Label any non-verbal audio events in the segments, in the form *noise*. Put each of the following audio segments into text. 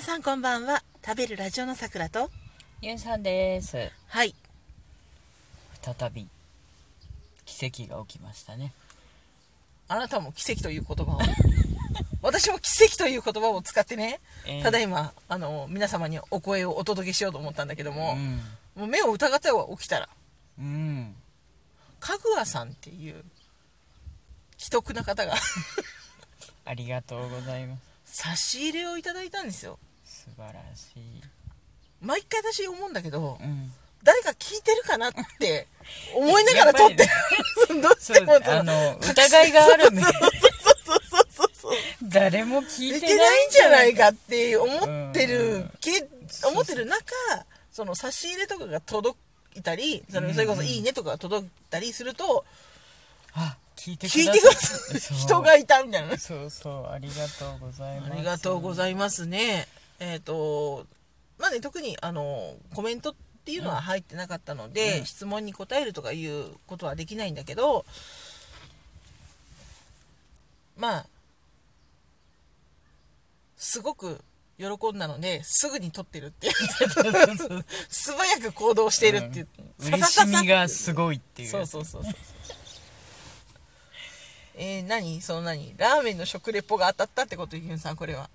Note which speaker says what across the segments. Speaker 1: さんこんばんは食べるラジオのさくらと
Speaker 2: ゆうさんです
Speaker 1: はい
Speaker 2: 再び奇跡が起きましたね
Speaker 1: あなたも奇跡という言
Speaker 2: *laughs*
Speaker 1: 葉を私も奇跡という言葉を使ってね、
Speaker 2: えー
Speaker 1: ただ今あの皆様にお声をお届けしようと思ったんだけど
Speaker 2: う
Speaker 1: も、
Speaker 2: ん
Speaker 1: もう目を疑っては起きたら
Speaker 2: うん
Speaker 1: かぐわさんっていう既得な
Speaker 2: *laughs*
Speaker 1: 方が
Speaker 2: ありがとうございます
Speaker 1: 差し入れをいただいたんですよ
Speaker 2: 素晴らしい
Speaker 1: 毎回私思うんだけど
Speaker 2: うん
Speaker 1: 誰か聞いてるかなって思いながら撮って *laughs*
Speaker 2: や
Speaker 1: どうし
Speaker 2: そ
Speaker 1: て
Speaker 2: う
Speaker 1: も
Speaker 2: あの疑いがあるね
Speaker 1: そうそうそうそう
Speaker 2: 誰も聞い
Speaker 1: 似
Speaker 2: て
Speaker 1: てな
Speaker 2: ないい
Speaker 1: んじゃない
Speaker 2: か
Speaker 1: かって思って
Speaker 2: う
Speaker 1: る
Speaker 2: ん
Speaker 1: け思ってる中その差し入れとかが届いたりそれ
Speaker 2: うん
Speaker 1: それこそ「いいね」とかが届いたりすると
Speaker 2: あ聞いてく
Speaker 1: 聞い
Speaker 2: だ
Speaker 1: てくだ
Speaker 2: さ
Speaker 1: さる
Speaker 2: そう
Speaker 1: 人がいたみたいなあ
Speaker 2: そうそうありがとうございます
Speaker 1: りがとうご
Speaker 2: い
Speaker 1: ざいますねえっとまあね特にあのコメントっていうのは入ってなかったの
Speaker 2: う
Speaker 1: で
Speaker 2: ん
Speaker 1: 質問に答えるとかいうことはできないんだけどまあすごく喜んだのですぐに撮ってるっていう *laughs* 素早く行動してるっていう、
Speaker 2: うん嬉しみがすごいっていう
Speaker 1: そうそうそうそうえー、何その何ラーメンの食レポが当たったってことユンさんこれは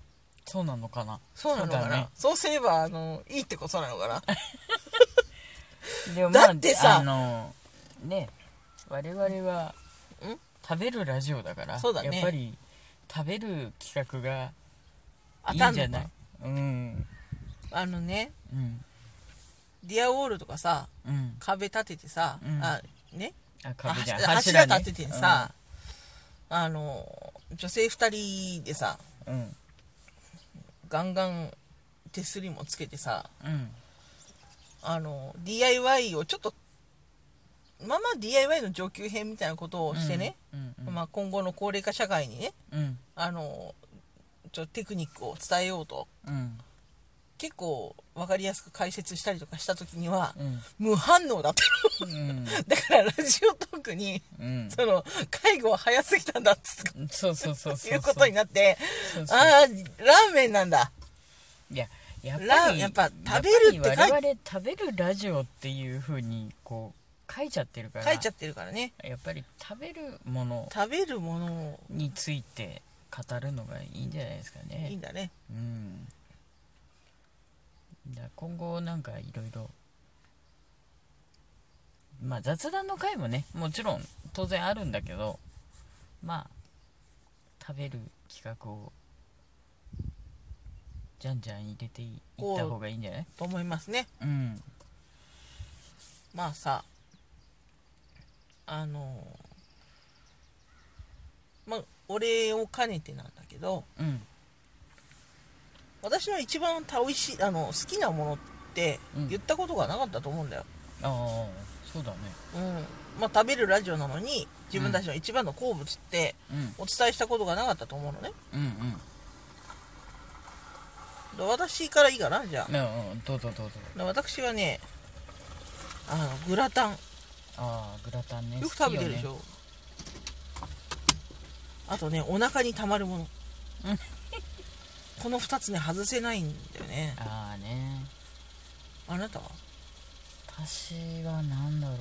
Speaker 2: そうなのかな
Speaker 1: そうなのかな
Speaker 2: だ
Speaker 1: そう,、
Speaker 2: ね
Speaker 1: すればあのいいってことなのか
Speaker 2: *laughs*
Speaker 1: な
Speaker 2: でもまあ
Speaker 1: だってさ
Speaker 2: あのね我々は
Speaker 1: ん
Speaker 2: 食べるラジオだから
Speaker 1: そうだね
Speaker 2: やっぱり食べる企画が
Speaker 1: 当
Speaker 2: い
Speaker 1: た
Speaker 2: い
Speaker 1: ん
Speaker 2: ん
Speaker 1: の
Speaker 2: じ
Speaker 1: か
Speaker 2: ゃないうん
Speaker 1: あのね
Speaker 2: うん
Speaker 1: ディアウォールとかさ
Speaker 2: うん
Speaker 1: 壁立ててさ、
Speaker 2: うん
Speaker 1: あね
Speaker 2: あ
Speaker 1: あ
Speaker 2: 壁じゃん
Speaker 1: 柱
Speaker 2: 柱,、ね、
Speaker 1: 立ててさ、あの女性2人でさ
Speaker 2: うんうん
Speaker 1: ガンガン手すりもつけてさ
Speaker 2: うん
Speaker 1: あの DIY をちょっとまあまあ DIY の上級編みたいなことをしてね、
Speaker 2: うんうん
Speaker 1: まあ、今後の高齢化社会にね
Speaker 2: うん
Speaker 1: あのちょっとテクニックを伝えようと
Speaker 2: うん
Speaker 1: 結構分かりやすく解説したりとかした時には
Speaker 2: うん
Speaker 1: 無反応だった *laughs*
Speaker 2: うん
Speaker 1: だからラジオトークに
Speaker 2: うん
Speaker 1: その介護は早すぎたんだっつっ
Speaker 2: そうそうそう
Speaker 1: て *laughs*
Speaker 2: そう
Speaker 1: いうことになって
Speaker 2: そうそう
Speaker 1: ああラーメンなんだ
Speaker 2: いややっぱ
Speaker 1: ラ
Speaker 2: り
Speaker 1: やっぱ食べるって書い
Speaker 2: やぱり我々食べるラジオっていうふうにこう書いちゃってるから
Speaker 1: 書いちゃってるからね
Speaker 2: やっぱり食べるもの
Speaker 1: 食べるものを
Speaker 2: について語るのがいいんじゃないですか
Speaker 1: いい
Speaker 2: ね
Speaker 1: んだね
Speaker 2: うんだから今後なんかいろいろまあ雑談の回もねもちろん当然あるんだけどまあ食べる企画をじゃんじゃん入れていい
Speaker 1: こう
Speaker 2: った方がいいんじゃない
Speaker 1: と思いますね
Speaker 2: うん
Speaker 1: まあさあのまあお礼を兼ねてなんだけど
Speaker 2: うん
Speaker 1: 私の一番美味しいあの好きなものって
Speaker 2: うん
Speaker 1: 言ったことがなかったと思うんだよ、
Speaker 2: ああそうだね
Speaker 1: うんまあ、食べるラジオなのに自分たちの一番の好物って
Speaker 2: うん
Speaker 1: お伝えしたことがなかったと思うのね
Speaker 2: うん
Speaker 1: で私からいいかなじゃ
Speaker 2: うんうんうんどうぞどうぞ
Speaker 1: あで私はねあのグラタン
Speaker 2: ああグラタンね
Speaker 1: よく食べてるでしょ、あとねお腹にたまるもの
Speaker 2: うん
Speaker 1: *laughs* この2つね外せないんだよね
Speaker 2: ああね
Speaker 1: あなたは
Speaker 2: 私は何だろう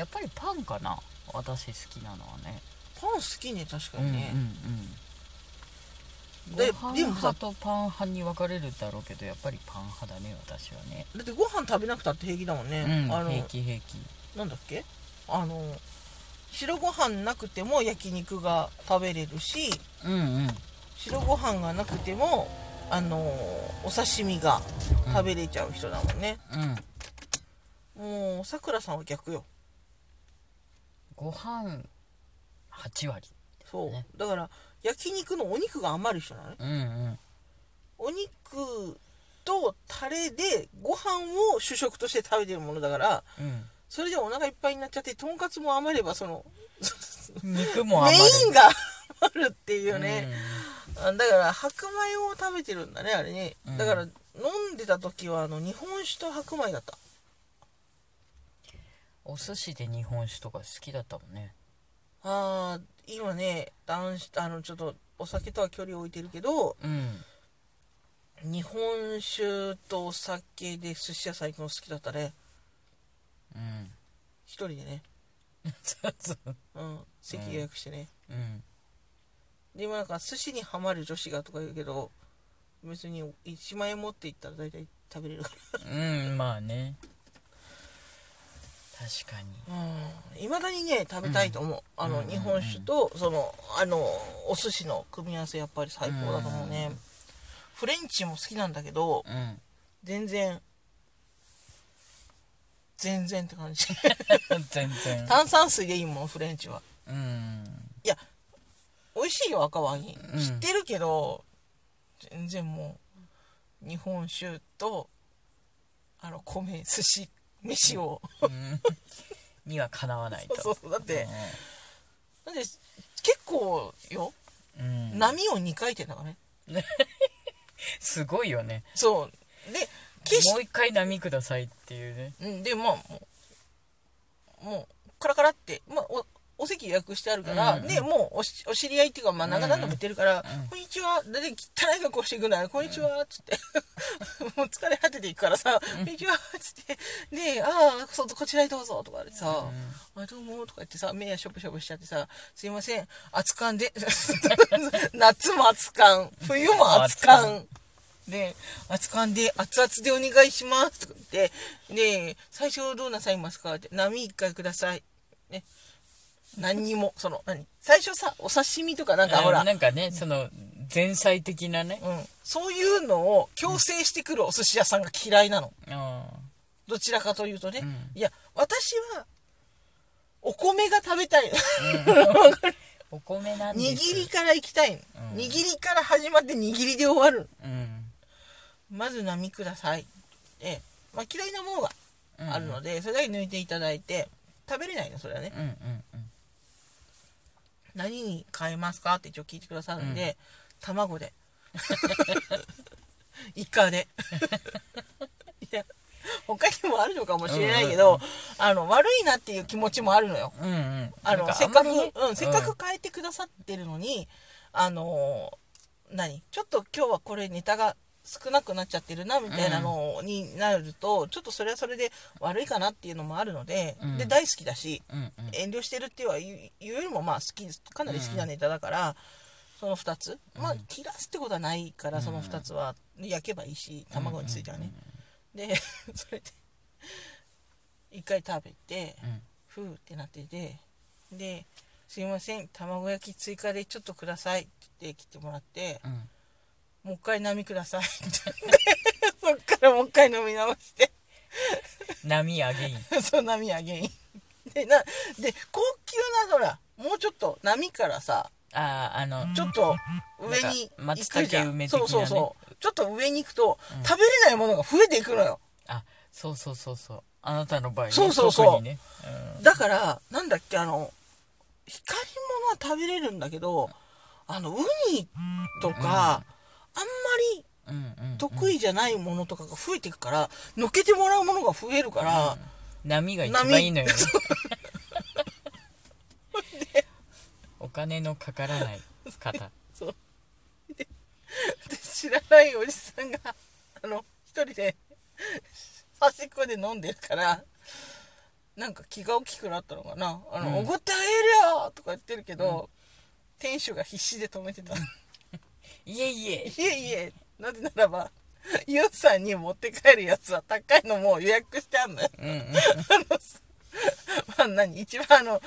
Speaker 2: やっぱりパンかな私好きなのはね
Speaker 1: パン好きね確かにね、
Speaker 2: うんうん
Speaker 1: で
Speaker 2: ご飯
Speaker 1: でもさ
Speaker 2: 派とパン派に分かれるだろうけどやっぱりパン派だね私はね
Speaker 1: だってご飯食べなくたって平気だもんね、
Speaker 2: うん
Speaker 1: あの
Speaker 2: 平気平気
Speaker 1: なんだっけあの白ご飯なくても焼肉が食べれるし
Speaker 2: うんうん
Speaker 1: 白ご飯がなくてもあのお刺身が食べれちゃう人だもんね、
Speaker 2: うん
Speaker 1: もうさくらさんは逆よ
Speaker 2: ご飯8割
Speaker 1: そう、
Speaker 2: ね
Speaker 1: だから焼肉のお肉が余る人なのね
Speaker 2: うんうん
Speaker 1: お肉とタレでご飯を主食として食べてるものだから
Speaker 2: うん
Speaker 1: それでお腹いっぱいになっちゃってとんかつも余ればその
Speaker 2: 肉も
Speaker 1: メ
Speaker 2: 余る
Speaker 1: インが余るっていう
Speaker 2: う
Speaker 1: ね、
Speaker 2: ん
Speaker 1: あだから白米を食べてるんだねあれね
Speaker 2: うん
Speaker 1: だから飲んでた時はあの日本酒と白米だった
Speaker 2: お寿司で日本酒とか好きだったもんね
Speaker 1: あー今ね男子あのちょっとお酒とは距離を置いてるけど
Speaker 2: うん
Speaker 1: 日本酒とお酒で寿司屋最近好きだったね
Speaker 2: うん
Speaker 1: 一人でね、
Speaker 2: *laughs* そうそう
Speaker 1: うん、席予約してね、
Speaker 2: うん
Speaker 1: でもなんか寿司にハマる女子がとか言うけど別に1万円持って行ったら大体食べれるか
Speaker 2: うんまあね確かに
Speaker 1: らいまだにね食べたいと思う、あの
Speaker 2: うん
Speaker 1: 日本酒とそのあのお寿司の組み合わせやっぱり最高だと思うね、
Speaker 2: うん
Speaker 1: フレンチも好きなんだけど
Speaker 2: う
Speaker 1: 全然全然って感じ
Speaker 2: ん全然
Speaker 1: 炭酸水でいいもんフレンチは
Speaker 2: うん
Speaker 1: いや美味しいよ赤ワイン、
Speaker 2: うん
Speaker 1: 知ってるけど全然もう日本酒とあの米寿司飯を、
Speaker 2: うんにはかなわない
Speaker 1: *laughs*
Speaker 2: と
Speaker 1: そうそうだって、だって結構よ、
Speaker 2: うんうん
Speaker 1: 波を2回転だからね
Speaker 2: すごいよね
Speaker 1: そうで決し
Speaker 2: もう一回波くださいっていうね
Speaker 1: うんでまあもうもうカラカラって、まあ、おお席予約してあるから、
Speaker 2: うんうん
Speaker 1: ねもうおしお知り合いっていうか、まあ、何回何回も言ってるから「
Speaker 2: うんうん
Speaker 1: こんにちは」だって汚い格好していくなら「こんにちは」っつって *laughs* もう疲れ果てていくからさ「こんにちは」っつって「でああそうこちらへどうぞ」とかでさ「あどうも」とか言ってさ目やしょぼしょぼしちゃってさ「すいません熱燗で *laughs* 夏も熱燗冬も熱燗」で「熱燗で熱々でお願いします」とか言って「で最初どうなさいますか?」って「波一回ください」ね何にもその何最初さお刺身とかなんかほ
Speaker 2: あ
Speaker 1: ら
Speaker 2: なんかねその前菜的なね
Speaker 1: うん、そういうのを強制してくるお寿司屋さんが嫌いなの。
Speaker 2: あ
Speaker 1: どちらかというとね。
Speaker 2: うん
Speaker 1: いや、私は、お米が食べたい。
Speaker 2: ーお米なんです
Speaker 1: 握りから行きたいの、
Speaker 2: うん
Speaker 1: 握りから始まって握りで終わる。
Speaker 2: うん
Speaker 1: まず波ください。で、まあ、嫌いなものが
Speaker 2: うん
Speaker 1: あるので、それだけ抜いていただいて、食べれないの、それはね。
Speaker 2: うんうん
Speaker 1: 何に変えますかって一応聞いてくださるんで、卵で。 *laughs* イカで。 *laughs* いや、他にもあるのかもしれないけど、あの、悪いなっていう気持ちもあるのよ。
Speaker 2: うんうんうん
Speaker 1: あの、
Speaker 2: なん
Speaker 1: せっ
Speaker 2: あ
Speaker 1: か
Speaker 2: ん
Speaker 1: く、
Speaker 2: まりね
Speaker 1: うん、せっかく変えてくださってるのに、あのー何ちょっと今日はこれネタが少なくなっちゃってるな、みたいなのになると、ちょっとそれはそれで悪いかなっていうのもあるので、
Speaker 2: うん
Speaker 1: で、大好きだし、
Speaker 2: うんうん
Speaker 1: 遠慮してるっては言う言うよりもまあ好きかなり好きなネタだから、その2つまあ切らすってことはないからその2つは焼けばいいし卵についてはね、で *laughs* それで1回食べて
Speaker 2: うん
Speaker 1: ふーってなっててで「すいません卵焼き追加でちょっとください」って切ってもらって
Speaker 2: うんうん
Speaker 1: 「もう一回波ください」って *laughs* 言ってそっからもう一回飲み直して *laughs*
Speaker 2: 波アゲイン
Speaker 1: そう波あげんでなで高級なほらもうちょっと波からさ
Speaker 2: あああの
Speaker 1: ちょっと上に
Speaker 2: なんか
Speaker 1: 行くじゃ
Speaker 2: 松茸
Speaker 1: ん、
Speaker 2: 梅的な
Speaker 1: そう
Speaker 2: ね
Speaker 1: そうそうちょっと上に行くと、食べれないものが増えていくのよ
Speaker 2: あそうそうそうそうあなたの場合ね
Speaker 1: そうそうそう
Speaker 2: 特にね
Speaker 1: だからなんだっけあの光り物は食べれるんだけどあのウニとか、あんまり
Speaker 2: うんうんうん
Speaker 1: 得意じゃないものとかが増えていくから、のけてもらうものが増えるから、
Speaker 2: 波が一番いいのよね *laughs* お金のかからない方
Speaker 1: そうでで知らないおじさんがあの一人で端っこで飲んでるからなんか気が大きくなったのかな「あの
Speaker 2: うん
Speaker 1: おごってあげるよ!」とか言ってるけど、店主が必死で止めてた「い *laughs*
Speaker 2: いえいえ
Speaker 1: えいえなぜならばユンさんに持って帰るやつは高いのもう予約してあんのよ。 *laughs*
Speaker 2: うんうん
Speaker 1: まあ何一番あの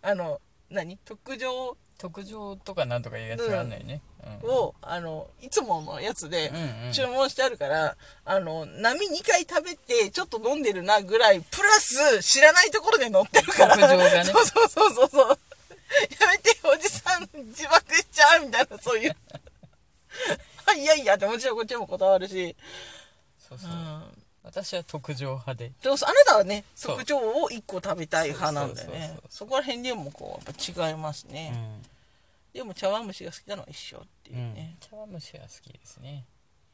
Speaker 1: あの何特上
Speaker 2: 特上とかなんとかいうやつがあんのよねうん
Speaker 1: をあのいつものやつで
Speaker 2: うんうん
Speaker 1: 注文してあるから、あの波2回食べてちょっと飲んでるなぐらいプラス知らないところで乗ってるから
Speaker 2: 特上がね
Speaker 1: そうそうそうそうそうやめておじさん自爆しちゃうみたいなそういうあいやいやってもちろんこっちもこだわるし、
Speaker 2: そう
Speaker 1: う、
Speaker 2: そうん私は特上派で
Speaker 1: でもあなたはね
Speaker 2: そう
Speaker 1: 特徴を1個食べたい派なんだよ
Speaker 2: そうそう
Speaker 1: ね
Speaker 2: そうそう
Speaker 1: そこら辺でもこうやっぱ違いますね、でも茶碗蒸しが好きなのは一緒っていううんね、
Speaker 2: 茶碗蒸しは好きですね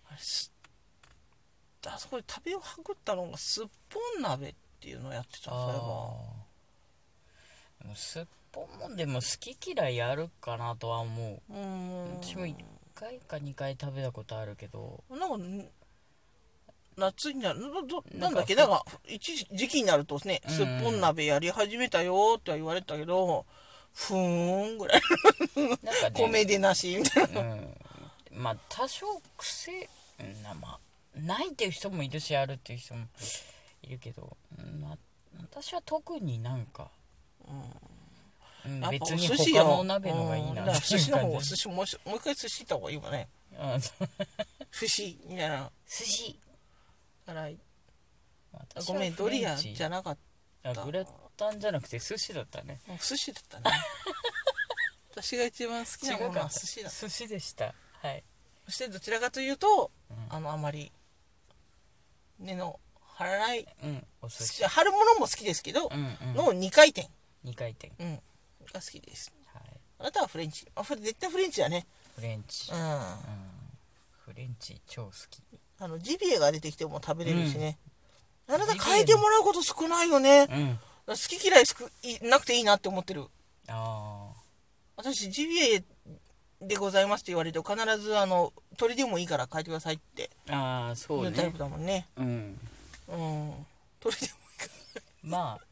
Speaker 1: あれすあそこで食べをはぐったのがすっぽん鍋っていうのをやってたそういえば
Speaker 2: あーでもすっぽんもでも好き嫌いあるかなとは思
Speaker 1: う
Speaker 2: う
Speaker 1: ーん
Speaker 2: 私も一回か2回食べたことある
Speaker 1: *laughs*
Speaker 2: けど
Speaker 1: なんかん夏になるどどなんだっけ
Speaker 2: な
Speaker 1: なんんか一時時期になるとね
Speaker 2: うん
Speaker 1: すっぽん鍋やり始めたよっては言われたけどふーんぐらい
Speaker 2: なんかね
Speaker 1: 米でなしみたいな
Speaker 2: うん、まあ多少癖うんなまあないっていう人もいるしあるっていう人もいるけど、うんまあ、私は特になんか、うん
Speaker 1: やっぱ
Speaker 2: 別
Speaker 1: お
Speaker 2: に
Speaker 1: 寿司よ
Speaker 2: 他のお鍋のがいいな
Speaker 1: うんだ
Speaker 2: っていう
Speaker 1: から寿司の方
Speaker 2: 感
Speaker 1: 寿
Speaker 2: じ
Speaker 1: 司もうしもう一回寿司行った方がいいわね
Speaker 2: うんそう
Speaker 1: 寿司みたいな
Speaker 2: 寿司
Speaker 1: 辛いあ
Speaker 2: 私は
Speaker 1: ごめんドリア
Speaker 2: フレンチ
Speaker 1: じゃなかっ
Speaker 2: あグラタンじゃなくて寿司だったね
Speaker 1: た寿司だ
Speaker 2: *laughs*
Speaker 1: ったね私が一番好きなものは寿司だ
Speaker 2: 寿司でしたはい
Speaker 1: そしてどちらかというと、
Speaker 2: うん
Speaker 1: あのあまり根の張らない
Speaker 2: うんお寿
Speaker 1: 好き
Speaker 2: 司
Speaker 1: 張るものも好きですけど、
Speaker 2: うんうん
Speaker 1: の2回転、
Speaker 2: 2回転
Speaker 1: うん、が好きです
Speaker 2: はい
Speaker 1: あなたはフレンチあフレ絶対フレンチだね
Speaker 2: フレンチ
Speaker 1: うん
Speaker 2: うん
Speaker 1: あ
Speaker 2: フレンチ超好き
Speaker 1: のジビエが出てきても食べれるしね、あなた
Speaker 2: ジビエも
Speaker 1: 変えてもらうこと少ないよね
Speaker 2: うん
Speaker 1: 好き嫌い少いなくていいなって思ってる
Speaker 2: あ
Speaker 1: 私ジビエでございますって言われると必ずあの鳥でもいいから変えてくださいって
Speaker 2: ーあーそ
Speaker 1: いううタイ
Speaker 2: ね
Speaker 1: プだもんね
Speaker 2: うん
Speaker 1: うん鳥でもいいから
Speaker 2: まあ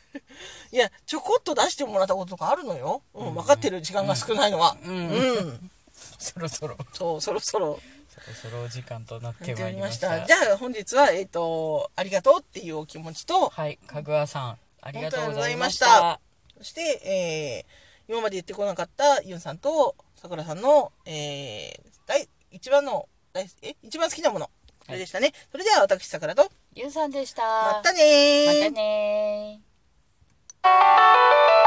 Speaker 1: *laughs* いやちょこっと出してもらったこととかあるのよ、うん分かってる時間が少ないのは
Speaker 2: うん
Speaker 1: うん
Speaker 2: そろそろ
Speaker 1: そうそろそろ
Speaker 2: そろそろお時間となっ
Speaker 1: や
Speaker 2: て
Speaker 1: って
Speaker 2: まい
Speaker 1: み
Speaker 2: り
Speaker 1: ま
Speaker 2: ま
Speaker 1: し
Speaker 2: したた
Speaker 1: じゃあ本日はえっ、とありがとうっていうお気持ちと
Speaker 2: はいかぐわさんありがとうございまし
Speaker 1: 本当にありがとうございましたそして、えー今まで言ってこなかったユンさんとさくらさんの、えー、第一番の第え一番好きなものあれでしたね、それでは私さくらと
Speaker 2: ゆうさんでした
Speaker 1: またね
Speaker 2: ま
Speaker 1: ー
Speaker 2: たねー